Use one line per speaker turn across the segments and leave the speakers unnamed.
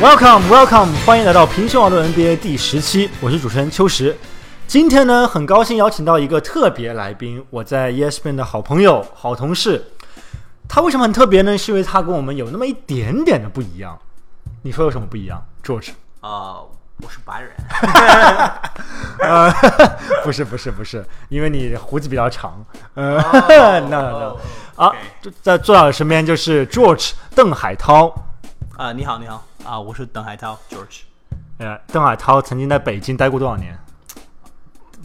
Welcome, Welcome，欢迎来到《平胸网络 NBA》第十期，我是主持人秋实。今天呢，很高兴邀请到一个特别来宾，我在 E ESPN 的好朋友、好同事。他为什么很特别呢？是因为他跟我们有那么一点点的不一样。你说有什么不一样，George？
呃，我是白人，
呃，不是不是不是，因为你胡子比较长。呃， 那那、
哦
啊
OK，
就在坐在我身边就是 George 邓海涛。
啊、你好，你好，啊、我是邓海涛 George，
呃，邓海涛曾经在北京待过多少年？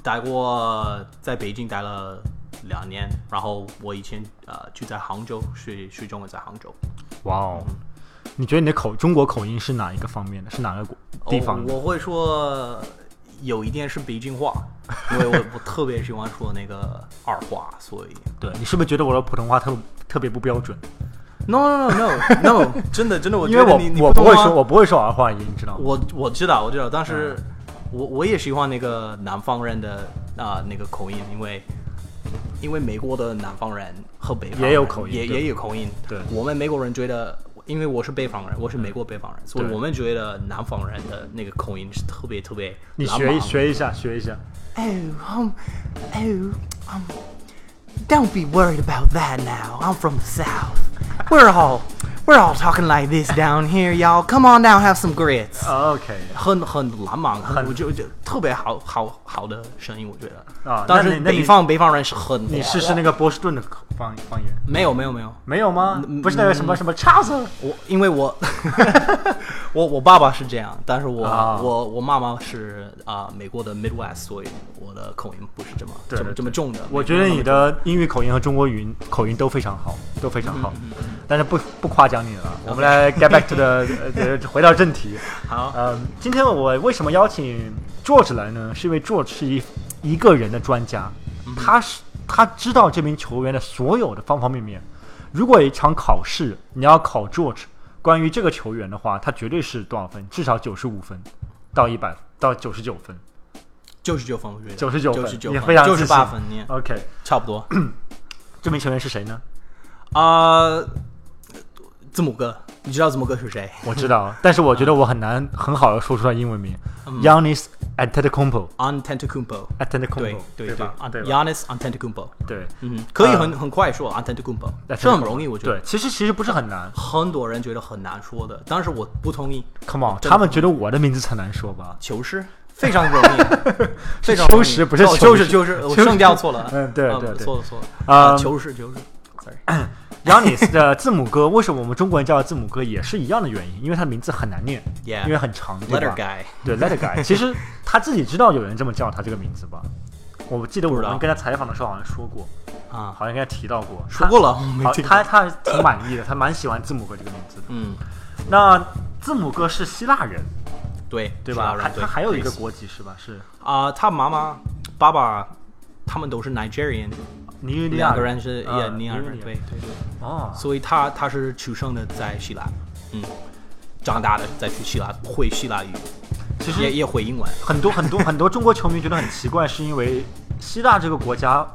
待过在北京待了两年，然后我以前呃就在杭州，学学中文在杭州
哇哦！你觉得你的口中国口音是哪一个方面的？是哪个国地方的？
哦我会说有一点是北京 话，因为我我特别喜欢说那个二话，所以
对你是不是觉得我的普通话特特别不标准？
no no no no no，真 的真的，我
因
觉
为
得
我
你你
我
不
不
懂啊
会
吗
说，我不会说儿化音，你知道吗？
我我知道，我知道，但是
嗯
我我也喜欢那个南方人的啊、那个口音，因为因为美国的南方人和北方人
也有口音
也
对
也有口音。
对嗯
我们美国人觉得，因为我是北方人，我是美国北方人，所以
对
我们觉得南方人的那个口音是特别特别。
你学一。学一下，学一下。
Oh, um, oh, um, don't be worried about that now. I'm from the south. We're all we're all talking like this down here, y'all. Come on down, have some grits.
OK
很很蓝嘛，很我就就特别好好好的声音，我觉得
啊
但
那
是
你那你
北方北方人是很
你试试那个波士顿的口方方言，
没有没有没有，
没有
嗯
吗？不是那个什么什么啊叉子？
我因 为我 我我爸爸是这样，但是我、
啊
我我妈妈是啊、美国的 Midwest，所以我的口音不是这么
对
这么
对
这么重的。
我觉得你的英语口音和中国语口音都非常好，都非常好。
嗯
但是不不夸奖你了，我们来 get back to the 呃回到正题。
好
呃，今天我为什么邀请 George 来呢？是因为 George 是一一个人的专家，
嗯
他是他知道这名球员的所有的方方面面。如果有一场考试你要考 George 关于这个球员的话，他绝对是多少分？至少九十五分到一百到九十九分。
九十九分，我觉得
99分
九十九
也非常
九十八
自
分， 你
OK，
差不多
这名球员是谁呢？
啊。字母哥，你知道字母哥是谁？
我知道，但是我觉得我很难很好的说出他英文名。Yanis
嗯
Antetokounmpo。
Antetokounmpo，
Antetokounmpo，
对对啊
吧？对吧
，Yanis Antetokounmpo，
对，
嗯，可以
呃
很、很快说啊 Antetokounmpo，
Antetokounmpo
这很容易，我觉
对
得。，
其实其实不是很难。
很多人觉得很难说的，但是我不 同意。
Come on，
真的
他们觉得我的名字才难说吧？
球师非常容易， 哦非常
秋实不是
球
球师
师，球师，
秋
我
实
声调错了。
嗯 对
啊
对对
错了错了。
啊
啊，球师球师，sorry。
Yanis 的字母哥，为什么我们中国人叫他字母哥也是一样的原因？因为他名字很难念
Yeah
因为很长，对
Letter
吧？
guy，
对，Letter Guy。其实他自己知道有人这么叫他这个名字吧？我记得我
不知
们
道
跟他采访的时候好像说过，
啊，
好像跟他提到过，
说过了，我
他。
没
好，
听过。
他他挺满意的，他蛮喜欢字母哥这个名字的。
嗯，
那字母哥是希腊人，
对
对
希腊
吧？
人
他
对
他还有一个
Greece
国籍是吧？是
啊，他妈妈、爸爸，他们都是 Nigerian，
尼日利亚
两个人是
呃
也尼亚人，对对对。
哦，
所以他他是出生的在希腊，嗯，长大的再去希腊会希腊语，
其
也
实
也会英文。
很多很多 很多中国球迷觉得很奇怪，是因为希腊这个国家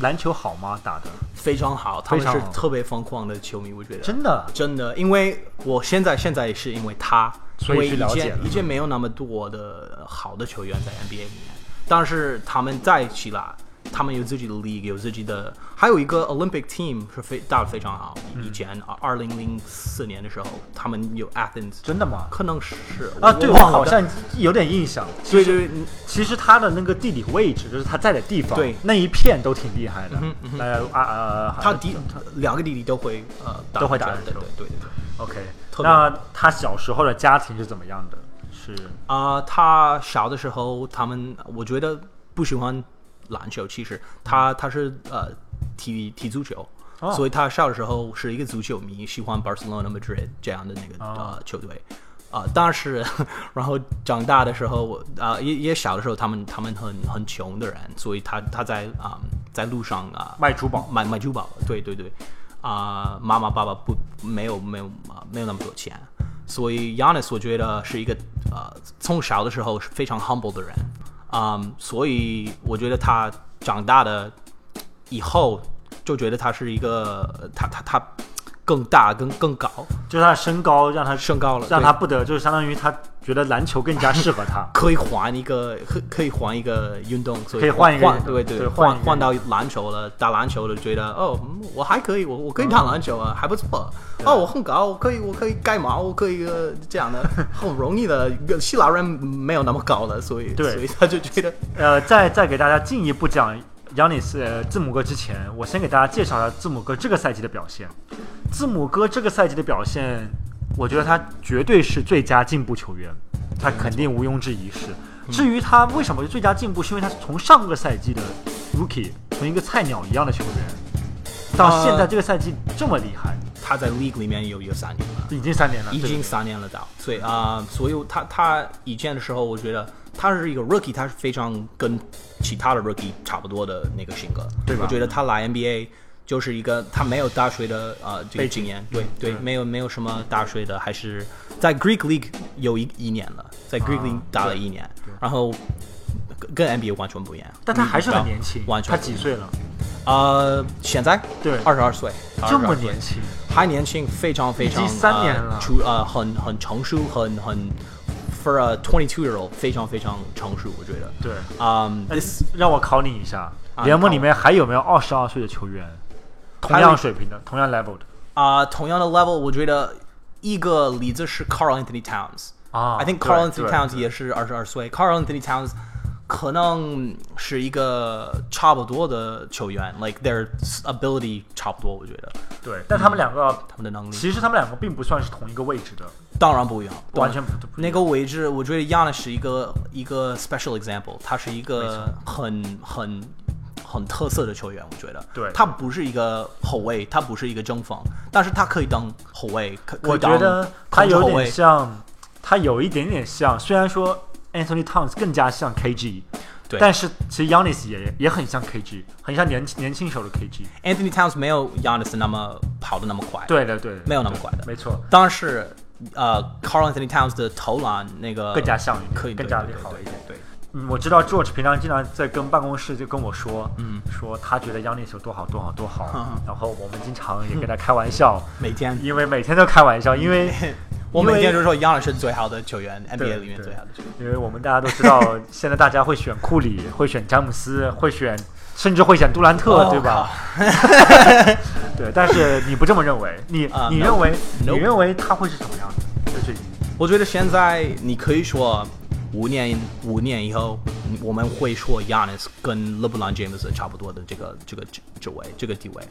篮球好吗？打的
非常好，他
非
们
常
是
好
特别疯狂的球迷，我觉得
真的
真的，因为我现在现在是因为他，
所以
因为
去了
以
解了
前以前没有那么多的呃好的球员在 NBA 里面，但是他们在希腊，他们有自己的 league，有自己的，还有一个 Olympic team 是非打得非常好，
嗯
以前二零零四年的时候，他们有 Athens，
真的吗？
可能是
啊，对我
忘了
好像有点印象。
对对对
其实它的那个地理位置，就是它在的地方，
对嗯
那一片都挺厉害的。呃啊啊，
他弟两个弟弟都会呃打
都会打篮
对
球
对对对。
OK，
特别
那他小时候的家庭是怎么样的？是
啊、他小的时候，他们我觉得不喜欢篮球，其实他他是呃踢踢足球。
嗯哦
所以他小的时候是一个足球迷，喜欢 Barcelona、Madrid 这样的那个、
哦
呃球队，啊、但是然后长大的时候，我啊、也也小的时候，他们他们很很穷的人，所以他他在啊、在路上啊、
卖珠宝，
买买珠宝，对对对，啊、妈妈爸爸不没有没有啊、没有那么多钱，所以 Yanis 我觉得是一个呃从小的时候是非常 humble 的人，啊、所以我觉得他长大的以后就觉得他是一个呃他他他更大、更更高，
就是他的身高让他
升高了，
让
对。
他不得，就是相当于他觉得篮球更加适合他
可以换一个，可可以换一个运动，所以
可以换一个运动
对
对换
换
一个
换到篮球了，打篮球了，觉得哦，嗯我还可以，我我可
嗯
以打篮球啊，还不错。哦，我很高，我可以，我可以盖帽，我可以、呃、这样的， 很容易的。希腊人没有那么高的，所以
对
所以他就觉得
呃，再再给大家进一步讲 Yanis 呃字母哥之前，我先给大家介绍一下字母哥这个赛季的表现。字母哥这个赛季的表现，我觉得他绝对是最佳进步球员，他肯定毋庸置疑是。
嗯
至于他为什么是最佳进步，是因为他是从上个赛季的 rookie，从一个菜鸟一样的球员，到
呃
现在这个赛季这么厉害，
他在 league 里面有有三年了。
已经三年了，
已
对
经三年了到，所以啊、所以他他以前的时候，我觉得他是一个 rookie，他是非常跟其他的 rookie 差不多的那个性格，
对吧
我觉得他来 NBA 就是一个他没有大学的呃这个
背景
经验，对对，
对
没有没有什么大学的，还是在 Greek League 有一一年了，在 Greek
啊
League 打了一年，然后跟跟 NBA 完全不一样，
但他
你
还是
知道
很年轻，
完全
他
不
几
一样？
岁了？
呃，现在
对
二十二岁，
这么
22岁
年轻，
还年轻，非常非常
已经三年了
呃出呃很很成熟，很很 for a twenty two year old 非常非常成熟，我觉得。
对。
啊、
那让我考你一下，
啊
联盟
你
里
考我
面还有没有二十二岁的球员，同
还有
样水平的，同样 level 的？
啊、同样的 level，我觉得一个例子是 Carl Anthony Towns
啊
，I think
对
Carl Anthony
对
Towns
对
也是二十二岁，Carl Anthony Towns 可能是一个差不多的球员，like their ability 差不多，我觉得
对，但他们两个，
他们的能力
其实他们两个并不算是同一个位置的，
当然不一样，
完全不不
那个位置，我觉得 Yana 是一个一个 special example，他是一个很很很特色的球员，我觉得。
对
他不是一个后卫，他不是一个中锋，但是他可以当后卫，可可
我
以当
觉得他
控制
有
后
点
卫。
像，他有一点点像，虽然说 Anthony Towns 更加像 KG，
对
但是其实 Yanis 也也很像 KG，很像年轻年轻时候的 KG。
Anthony Towns 没有 Yanis 那么跑的那么快，，
对的，对的，
没有那么
对
快的
没错，
但是呃，Carl Anthony Towns 的投篮那个
更加像一点，
可以
更
呃对
加
对对
好一点。
对，对
嗯，我知道 George 平常经常在跟办公室就跟我说，嗯，说他觉得央丽球多好多好多好，
嗯
然后我们经常也跟他开玩笑，
每天
因为每天都开玩笑，因为
我
因为
每天都说 Yanis 是最好的球员
对
，NBA 嗯 里面
对
最好的球员。
因为我们大家都知道，现在大家会选库里，会选詹姆斯，会选，甚至会选杜兰特，
哦
对吧？ 对，但是你不这么认为，你、
啊
你
no，
认为
no
你认为他会是什么样的？就是
我觉得现在你可以说五年五年以后，我们会说 Yanis 跟 LeBron James 差不多的这个这个职职位这个地位。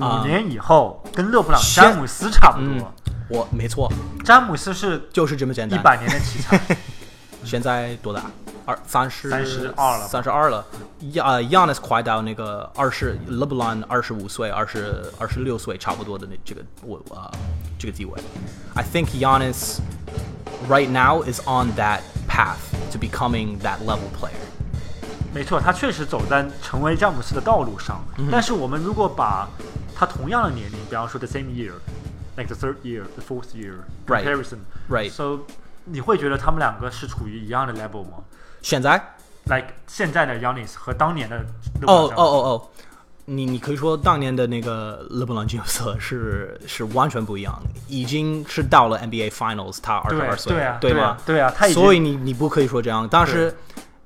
啊
五年以后、跟勒布朗、
现
詹姆斯差不
嗯
多，，
我没错，
詹姆斯是
就是这么简
一
单。
百年的奇才。
现在多大？二三十
32了
三十二了。亚呃 Yanis 快到那个二十，LeBron 二十五岁，二十二十六岁差不多的那这个我呃这个地位。I think Yanis right now is on that path to becoming that level player.
没错，他确实走在成为詹姆斯的道路上。
嗯
但是我们如果把他同样的年龄，比方说 the same year, like the third year, the fourth year
Right.
comparison,
Right.
So 你会觉得他们两个是处于一样的 level 吗
现在
？Like 现在的 Yanis 和当年的勒布朗
哦
詹姆
哦
斯
哦哦，你你可以说当年的那个勒布朗詹姆斯是是完全不一样，已经是到了 NBA Finals，他二十二岁，
对对啊对
吗
啊？对啊他已经
所以你你不可以说这样，但是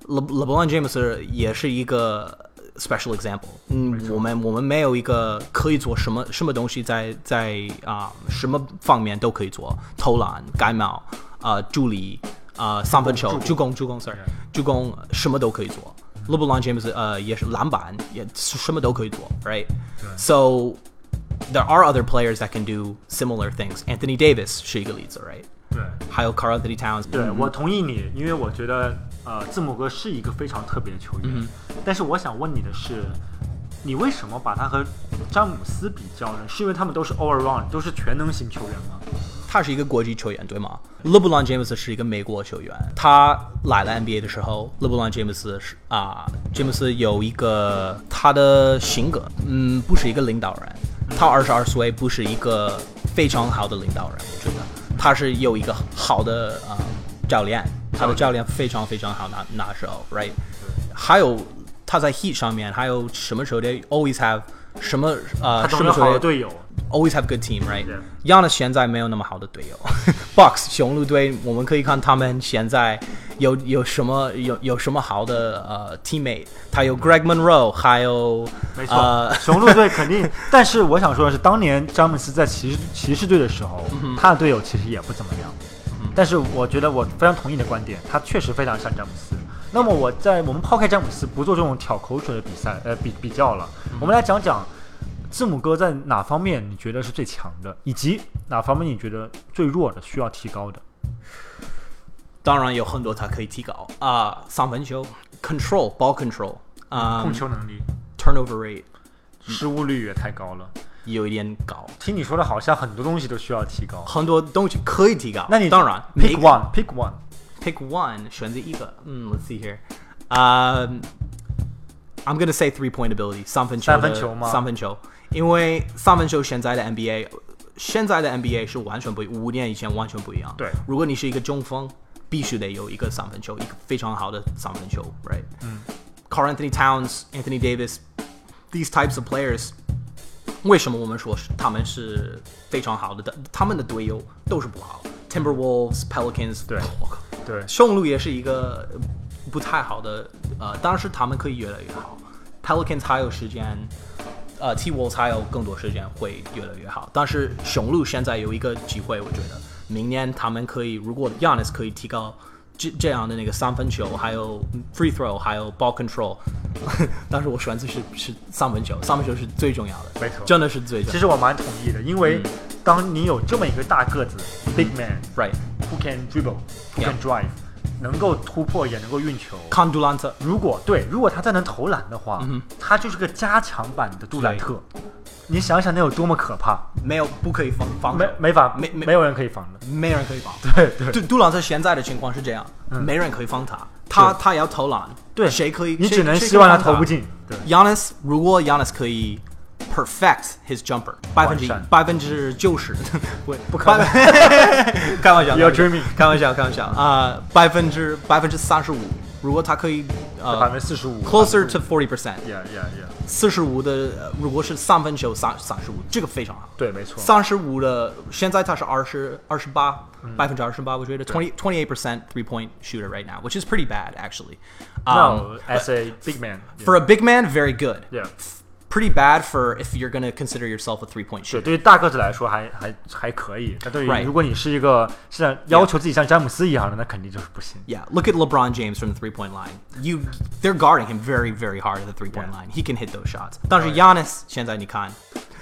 勒勒布朗詹姆斯也是一个。Special example，嗯，我们我们没有一个可以做什么什么东西在在啊、什么方面都可以做，投篮、盖帽、啊、助理、啊、三分球、助攻、助攻，sorry，助攻呃什么都可以做。LeBron James 呃也是篮板，也是什么都可以做，right？So there are other players that can do similar things. Anthony Davis 是一个例子，right？
对。
还有 Carl Anthony Towns，
对，我同意你，因为我觉得呃，字母哥是一个非常特别的球员。但是我想问你的是，你为什么把他和詹姆斯比较呢？是因为他们都是 all around，都是全能型球员吗？
他是一个国际球员，对吗？LeBron James 是一个美国球员，他来了 NBA 的时候，LeBron James 是啊，詹姆斯有一个他的性格，嗯，不是一个领导人，他二十二岁，不是一个非常好的领导人，我觉得他是有一个好的啊、呃教练，他的教练非常非常好，那那时候，right，还有他在 Heat 上面，还有什么球队 always have 什么呃
他总
什
有
么球哎
好的
队
队友，
always have good team, right?
Yeah.
Giannis 现在没有那么好的队友 ，Box 雄鹿队，我们可以看他们现在有有什么有有什么好的呃 teammate，他有 Greg Monroe，还有
没错，
呃
雄鹿队肯定。但是我想说的是，当年詹姆斯在骑士骑士队的时候，他的队友其实也不怎么样。但是我觉得我非常同意你的观点，他确实非常像詹姆斯。那么我在我们抛开詹姆斯，不做这种挑口水的比赛呃比比较了，我们来讲讲字母哥在哪方面你觉得是最强的，以及哪方面你觉得最弱的需要提高的。
当然有很多他可以提高啊、三分球 control ball control 啊、
球能力、
turnover rate
嗯失误率也太高了。
有一点高，
听你说的好像很多东西都需要提高。
很多东西可以提高。
那你
当然
pick
每
one pick one，
pick one 选择一个，嗯，let's Hmm, see here，啊、I'm gonna say three point ability 三分球
三
的
分球吗
三分球，因为三分球现在的 NBA，现在的 NBA 是完全不五年以前完全不一样。
对
如果你是一个中锋，必须得有一个三分球，一个非常好的三分球，right？嗯，Carl Anthony Towns、Anthony Davis，these types of players，为什么我们说是他们是非常好的？但他们的队友都是不好，Timberwolves、Pelicans，
对
我靠。
对，
雄鹿也是一个不太好的，呃，当然是他们可以越来越好，Pelicans 还有时间，呃，T Wolves 还有更多时间会越来越好。但是雄鹿现在有一个机会，我觉得明年他们可以，如果 Yanis 可以提高这这样的那个三分球，还有 free throw，还有 ball control，但是我选择是是三分球，三分球是最重要的，
没错
真的是最重
其
要
实我蛮同意的，因为
嗯
当你有这么一个大个子、big man
的，right？
who can dribble, who can
Yeah
drive，能够突破也能够运球。
康杜兰特
如果对，如果他再能投篮的
嗯
话，他就是个加强版的杜兰特。你想想那有多么可怕，
没有不可以防防守
没没法
没没
没有人可以防的。
没人可以防。
对对，嗯
杜杜兰特现在的情况是这样，没人可以防他，他
是
他也要投篮，
对
谁可以？
你
谁
只能
谁
希望
可
他
以防嗯
投不。进。对，
Yanis 如果 Yanis 可以 perfect his jumper，百分之一
完善
百分之九十， 不
不可能，
开玩 笑，
You're dreaming
开玩笑，开玩笑啊，百分之百分之三十五，如果他可以
百
呃
分之四十五。
closer to forty percent，
Yeah yeah yeah。
四十五的呃如果是三分球三三十五，这个非常好。
对，没错。
三十五的，现在他是二十二十八，百分之二十八，我觉得 twenty twenty eight percent three point shooter right now, which is pretty bad actually. Um,
No, as a big man. yeah.
for a big man, very good.
Yeah.
Pretty bad for if you're gonna consider yourself a three point
对，
shooter.
对于大个子来说还还还可以，但对
Right.
于如果你是一个像要求自己像詹姆斯一样的，那肯定就是不行。
Yeah, look at LeBron James from the three point line. You, they're guarding him very, very hard at the three point
Yeah. Oh,
line. He can hit those shots. 但是 Giannis 现在你看，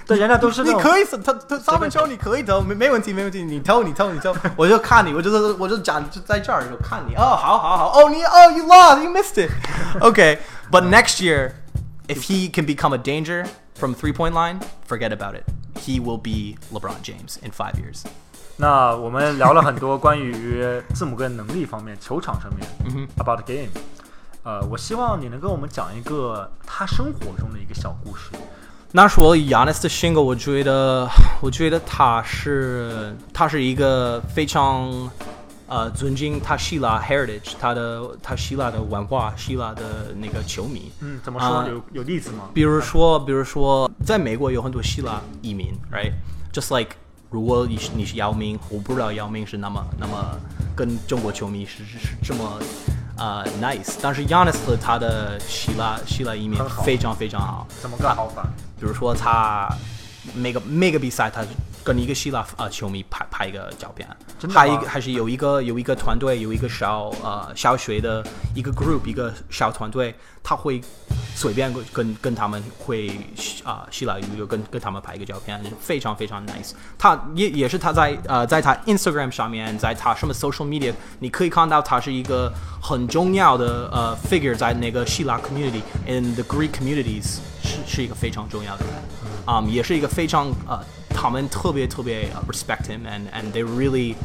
对，人家都是那
你
种
可以他他三分球你可以投，没没问题没问题，你投你投你投，我就看你，我就是我就讲就在这儿就看你，哦好好好，哦你哦 you lost you missed it, okay, but next year if he can become a danger from three point line, forget about it. He will be LeBron James in five years.
那我们聊了很多关于字母哥能力方面、球场上面、about the
嗯
game。呃，我希望你能跟我们讲一个他生活中的一个小故事。
那说 Yanis 的性格，我觉得， 我觉得他是他是一个非常呃尊敬他希腊 heritage，他的他希腊的文化，希腊的那个球迷。
嗯，怎么说？
啊
有有例子吗？
比如说，比如说，在美国有很多希腊移民，right？Just like，如果你是你是姚明，我不知道姚明是那么那么跟中国球迷是是是这么呃 nice，但是 Yanis 和他的希腊希腊移民
很好
非常非常好。
怎么个好法？
比如说他每个每个比赛，他跟一个希腊呃球迷拍拍一个照片，
真的吗
还有一个还是有一个有一个团队，有一个小呃小学的一个 group 一个小团队，他会随便跟跟跟他们会啊、希腊语就跟跟他们拍一个照片，非常非常 nice。他也也是他在呃在他 Instagram 上面，在他什么 social media，你可以看到他是一个很重要的呃 figure 在那个希腊 community in the Greek communities 是是一个非常重要的人，啊、Um, 也是一个非常呃他们特别特别呃 respect him and and they really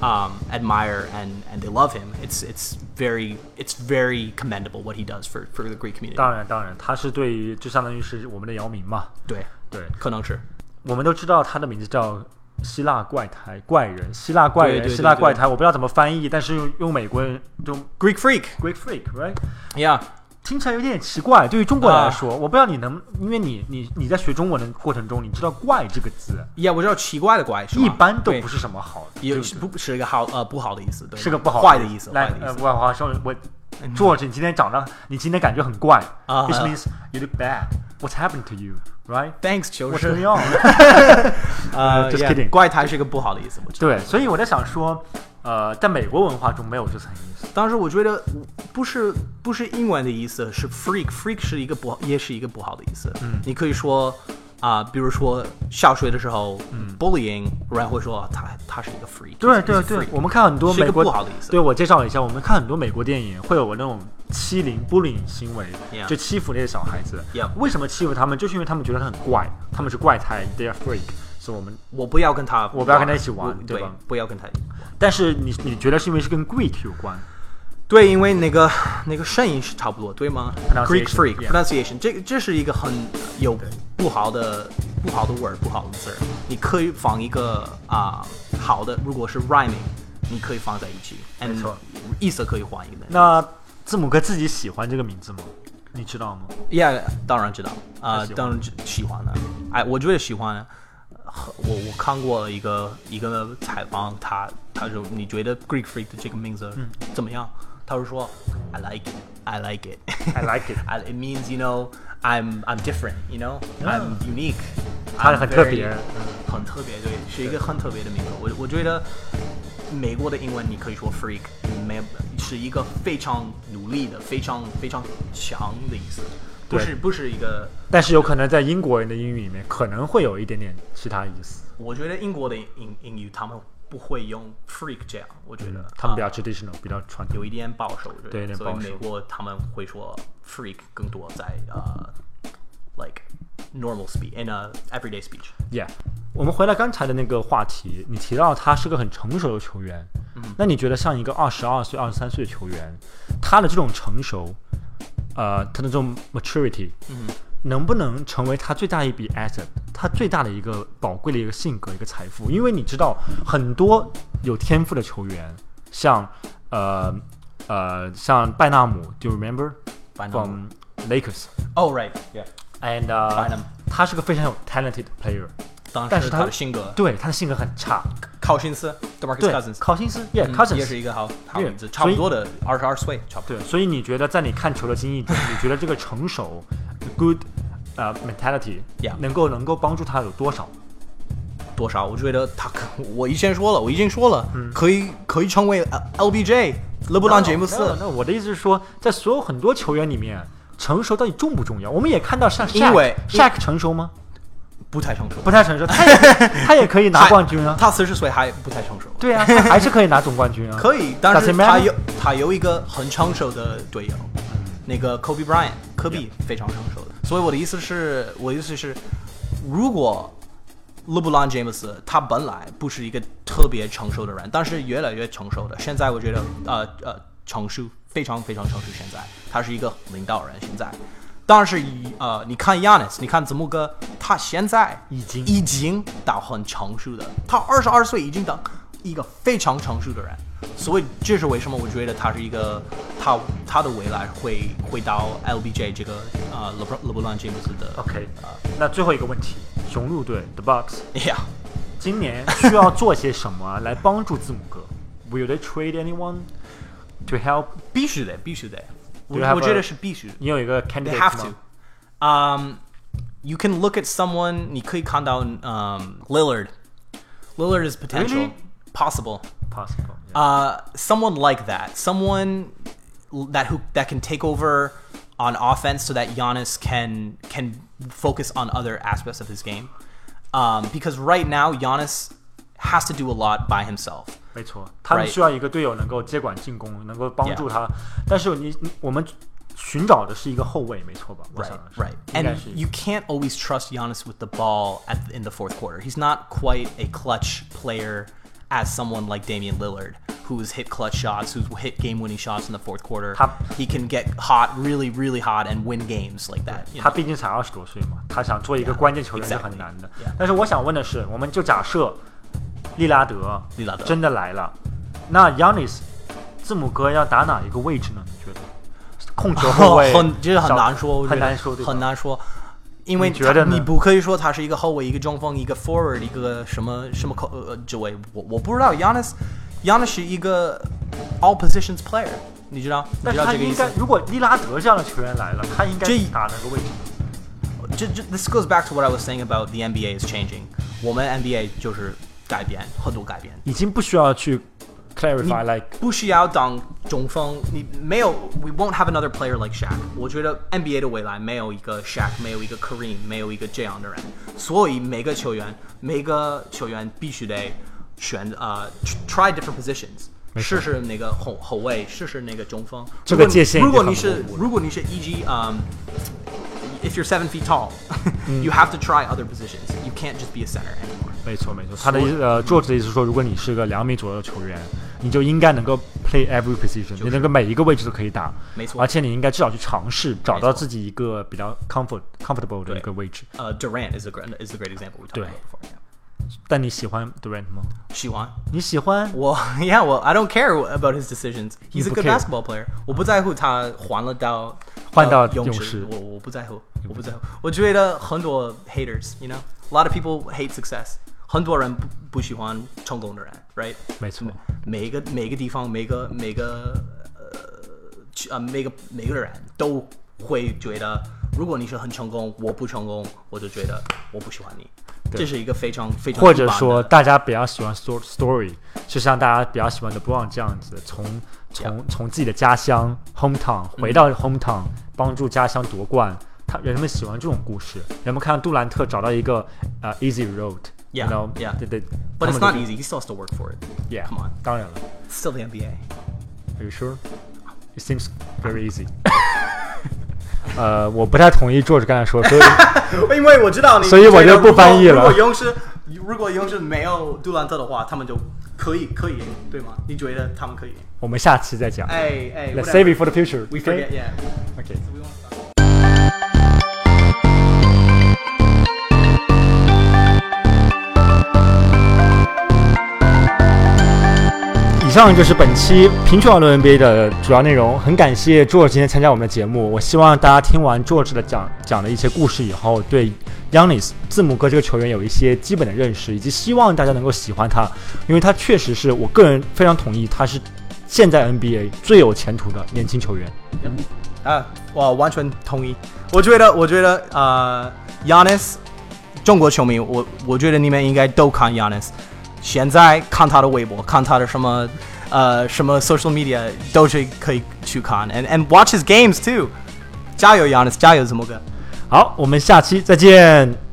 um, admire and, and they love him. It's it's very it's very commendable what he does for, for the Greek community.
当然，当然，他是对于就相当于是我们的姚明嘛。
对，
对，
可能是
我们都知道他的名字叫希腊怪胎、怪人、希腊怪
对对
人、
对
希腊
对
怪胎，我不知道怎么翻译，但是用用美国人用
Greek freak.
Great Freak，right？
Yeah.
听起来有点奇怪。对于中国人来
啊
说，我不知道你能，因为你你你在学中文的过程中，你知道“怪”这个字，
也我知道奇怪的怪是吧？
一般都
对
不是什么好，
也
就是
不是一个好呃不好的意思，对
是个不好
坏的意思，
来
坏，的
呃
意，思嗯
我我说我 George，你今天长得，你今天感觉很怪
啊
，which means you look bad. What's happened to you, right?
Thanks，球
What's
是
going on?
呃
Just
yeah，
kidding
怪胎是一个不好的意思，我知道。
对，所以我在想说，呃，在美国文化中没有这层意思。
当时我觉得不是不是英文的意思，是 freak，freak 是一个不好，也是一个不好的意思。嗯，你可以说啊、比如说下水的时候、b u l l y i n g 人会说啊他他是一个 freak，
嗯对
是
对
是
对
freak，
我们看很多
是一
美
个
国
不好的意思
对我介绍了一下，我们看很多美国电影会有那种欺凌、bullying 行为
Yeah
就欺负那些小孩子。
Yeah
为什么欺负他们？就是因为他们觉得他很怪，他们是怪胎，they are freak。所以我们，
我不要跟他玩，
我不要跟他一起玩
我
对
对
吧
不要跟他。
但是你你觉得是因为是跟 Greek 有关？
对，因为那个那个声音是差不多，对吗
Pronunciation，
？Greek freak
yeah
pronunciation，这这是一个很有不好的不好的 word，不好的字儿。你可以放一个啊、好的，如果是 rhyming，你可以放在一起，and
没错
意思可以换一个。
那字母哥自己喜欢这个名字吗？你知道吗？
Yeah，当然知道啊、
他喜欢
当然知喜欢的。哎，我觉得喜欢。呃我我看过一个一个采访，他他说你觉得 Greek Freak 的这个名字
嗯
怎么样？他是说 I like it, I like it,
I like it.
I- it means you know I'm I'm different, you know I'm unique.
他
I'm
很特
very-
别
很特别，对，是一个很特别的名字。我我觉得美国的英文你可以说 freak，没是一个非常努力的、非常非常强的意思，不
对
是不是一个。
但是有可能在英国人的英语里面，可能会有一点点其他意思。
我觉得英国的英英语他们不会用 freak 这样，我觉得、
嗯他们比
啊
较 traditional，比较传统
有。一点保守，我觉得
对有点
所以
保守
美国他们会说 freak 更多在呃、like normal speech in a everyday speech。
Yeah，我们回来刚才的那个话题，你提到他是个很成熟的球员，
嗯
那你觉得像一个二十二岁、二十三岁的球员，他的这种成熟，呃，他的这种 maturity，能
嗯
不能成为他最大一笔 asset，他最大的一个宝贵的一个性格、一个财富？因为你知道，很多有天赋的球员，像呃呃，像拜纳姆，Do you remember
拜纳姆
from Lakers？
Oh right, yeah.
And
拜
uh,
纳姆
他是个非常有 talented player，
当
但
时
是
他
他
的性格，
对他的性格很差，
考辛斯 （Demarcus
对
Cousins），
考辛斯，Yeah
嗯
Cousins，
也是一个好好名字，
对
差不多的，二十二岁，差不多。
对，所以你觉得在你看球的经历中，你觉得这个成熟 good 呃 mentality
Yeah
能够能够帮助他有多少？
多少？我觉得他可，我以前说了，我已经说了，
嗯
可以可以成为呃 L B J 勒布朗詹姆斯。
那我的意思是说，在所有很多球员里面，成熟到底重不重要？我们也看到像 s
因
h
为
s h a q 成熟吗？
不太成熟，
不太成熟，他也 他也可以拿冠军啊。
他四十岁还不太成熟。
对啊，他还是可以拿总冠军啊。
可以，但
Does
是
it
他
matter？
有他有一个很成熟的队友，那个 Kobe Bryant，科比非常成熟的。所以我的意思是，我的意思是，如果勒布朗詹姆斯他本来不是一个特别成熟的人，但是越来越成熟的。现在我觉得，呃呃，成熟非常非常成熟。现在他是一个领导人，现在。但是，呃，你看 Yanis，你看字母哥，他现在
已经
已经到很成熟的，他二十二岁已经到一个非常成熟的人，所以这是为什么我觉得他是一个他他的未来会会到 LBJ 这个呃勒布勒布朗詹姆斯的
OK，那最后一个问题，雄鹿队 The Bucks
呀
今年需要做些什么来帮助字母哥？Will they trade anyone to help？
必须得必须得，我
Do you have
我觉得
a-
是必须的
你有一个
They
candidate
have
吗
to. Um, you can look at someone. 你可以看到 um, Lillard. Lillard is potential,
Really?
possible.
Possible. yeah.
Uh, someone like that. Someone that who that can take over on offense, so that Giannis can can focus on other aspects of his game. Um, because right now Giannis has to do a lot by himself.
没错，他们
Right.
需要一个队友能够接管进攻，能够帮
Yeah.
助他。但是你你我们寻找的是一个后卫，没错吧？我想
Right,
的是
right.
应该
And
是
you can't always trust Giannis with the ball at in the fourth quarter. He's not quite a clutch player as someone like Damian Lillard, who's hit clutch shots, who's hit game-winning shots in the fourth quarter.
Top-
He can get hot, really, really hot, and win games like that. you
他
know?
毕竟才二十多岁嘛，他想做一个关键球员是
exactly.
很难的
Yeah.。
但是我想问的是，我们就假设利拉德
利拉德
真的来了，那 Yanis 字母哥要打哪一个位置呢？你觉得控球后卫，
哦很这是很
小
难说，我觉
很
得
难说对吧
很难说，因为
你觉得
他
呢
你不可以说他是一个后卫，一个中锋，一个 forward，一个什么什么口呃职位，我我不知道。Yanis Yanis 是一个 all positions player，你知道？你
但是
知道
他
这个意
应
思
该？，如果利拉德这样的球员来了，他应该
这
打哪个位置？
这这 this goes back to what I was saying about the NBA is changing。我们 NBA 就是改变很多改变，
已经不需要去
你
clarify like
不需要当中锋，你没有，we won't have another player like Shaq。我觉得 NBA 的未来没有一个 Shaq，没有一个 Kareem，没有一个这样的人，所以每个球员，每个球员必须得选呃，try different positions。试试那个后后卫，试试那个中锋。
这个界限已经
如果你如果你
很模
是如果你是 E.G. 嗯、i f you're seven feet tall, you have to try other positions. You can't just be a center anymore.
没错没错，他的意思呃，作者的意思是说，如果你是个两米左右的球员，你就应该能够 play every position，、你能够每一个位置都可以打，
没错
而且你应该至少去尝试找到
没错
自己一个比较 comfort comfortable 的一个位置。
呃、d u r a n t Uh, is a great is a great example we talked
对
about before. yeah.
但你喜欢 Durant 吗？
喜欢。
你喜欢？
Well, yeah. Well, I don't care about his decisions. He's
你
a
不
good
care
basketball player. 我不在乎他还了到
换到
呃勇
勇士
士，我我不在乎，我不在乎。我觉得很多 haters，you know, a lot of people hate success. 很多人不不喜欢成功的人，right？
没错，
每一个每一个地方，每个每个呃去呃每个每个人都会觉得，如果你是很成功，我不成功，我就觉得我不喜欢你。这是一个非常非常
或者
一般的
说大家比较喜欢 sto- story，就像大家比较喜欢的 LeBron 这样子，从从从自己的家乡 hometown
嗯
回到 hometown，、帮助家乡夺冠。他人们喜欢这种故事，人们看到杜兰特找到一个呃 easy road，
Yeah,
然后
yeah.
对对他
But it's
们
not
就
easy. He still has to work for it.
Yeah,
Come on.
当然了
It's still the NBA.
，Are you sure? It seems very easy. 呃，我不太同意 George 刚才说，所以
因为我知道你，
所以我就不翻译了
如果如果勇士如果勇士没有杜兰特的话，他们就可以可以赢，对吗？你觉得他们可以赢？
我们下期再讲。
哎哎
Let's
whatever
save it for the future.
We
okay?
forget, yeah.
Okay.
We won't stop.
以上就是本期贫穷网络 NBA 的主要内容。很感谢 George 今天参加我们的节目。我希望大家听完 George 的讲讲的一些故事以后，对 Yanis 字母哥这个球员有一些基本的认识，以及希望大家能够喜欢他，因为他确实是我个人非常同意，他是现在 NBA 最有前途的年轻球员。
啊，我完全同意。我觉得，我觉得，呃，Yanis，中国球迷，我我觉得你们应该都看 Yanis。现在看他的微博，看他的什么，呃，什么 social media 都是可以去看，and and watch his games too。加油，Yanis，加油，怎么个？
好，我们下期再见。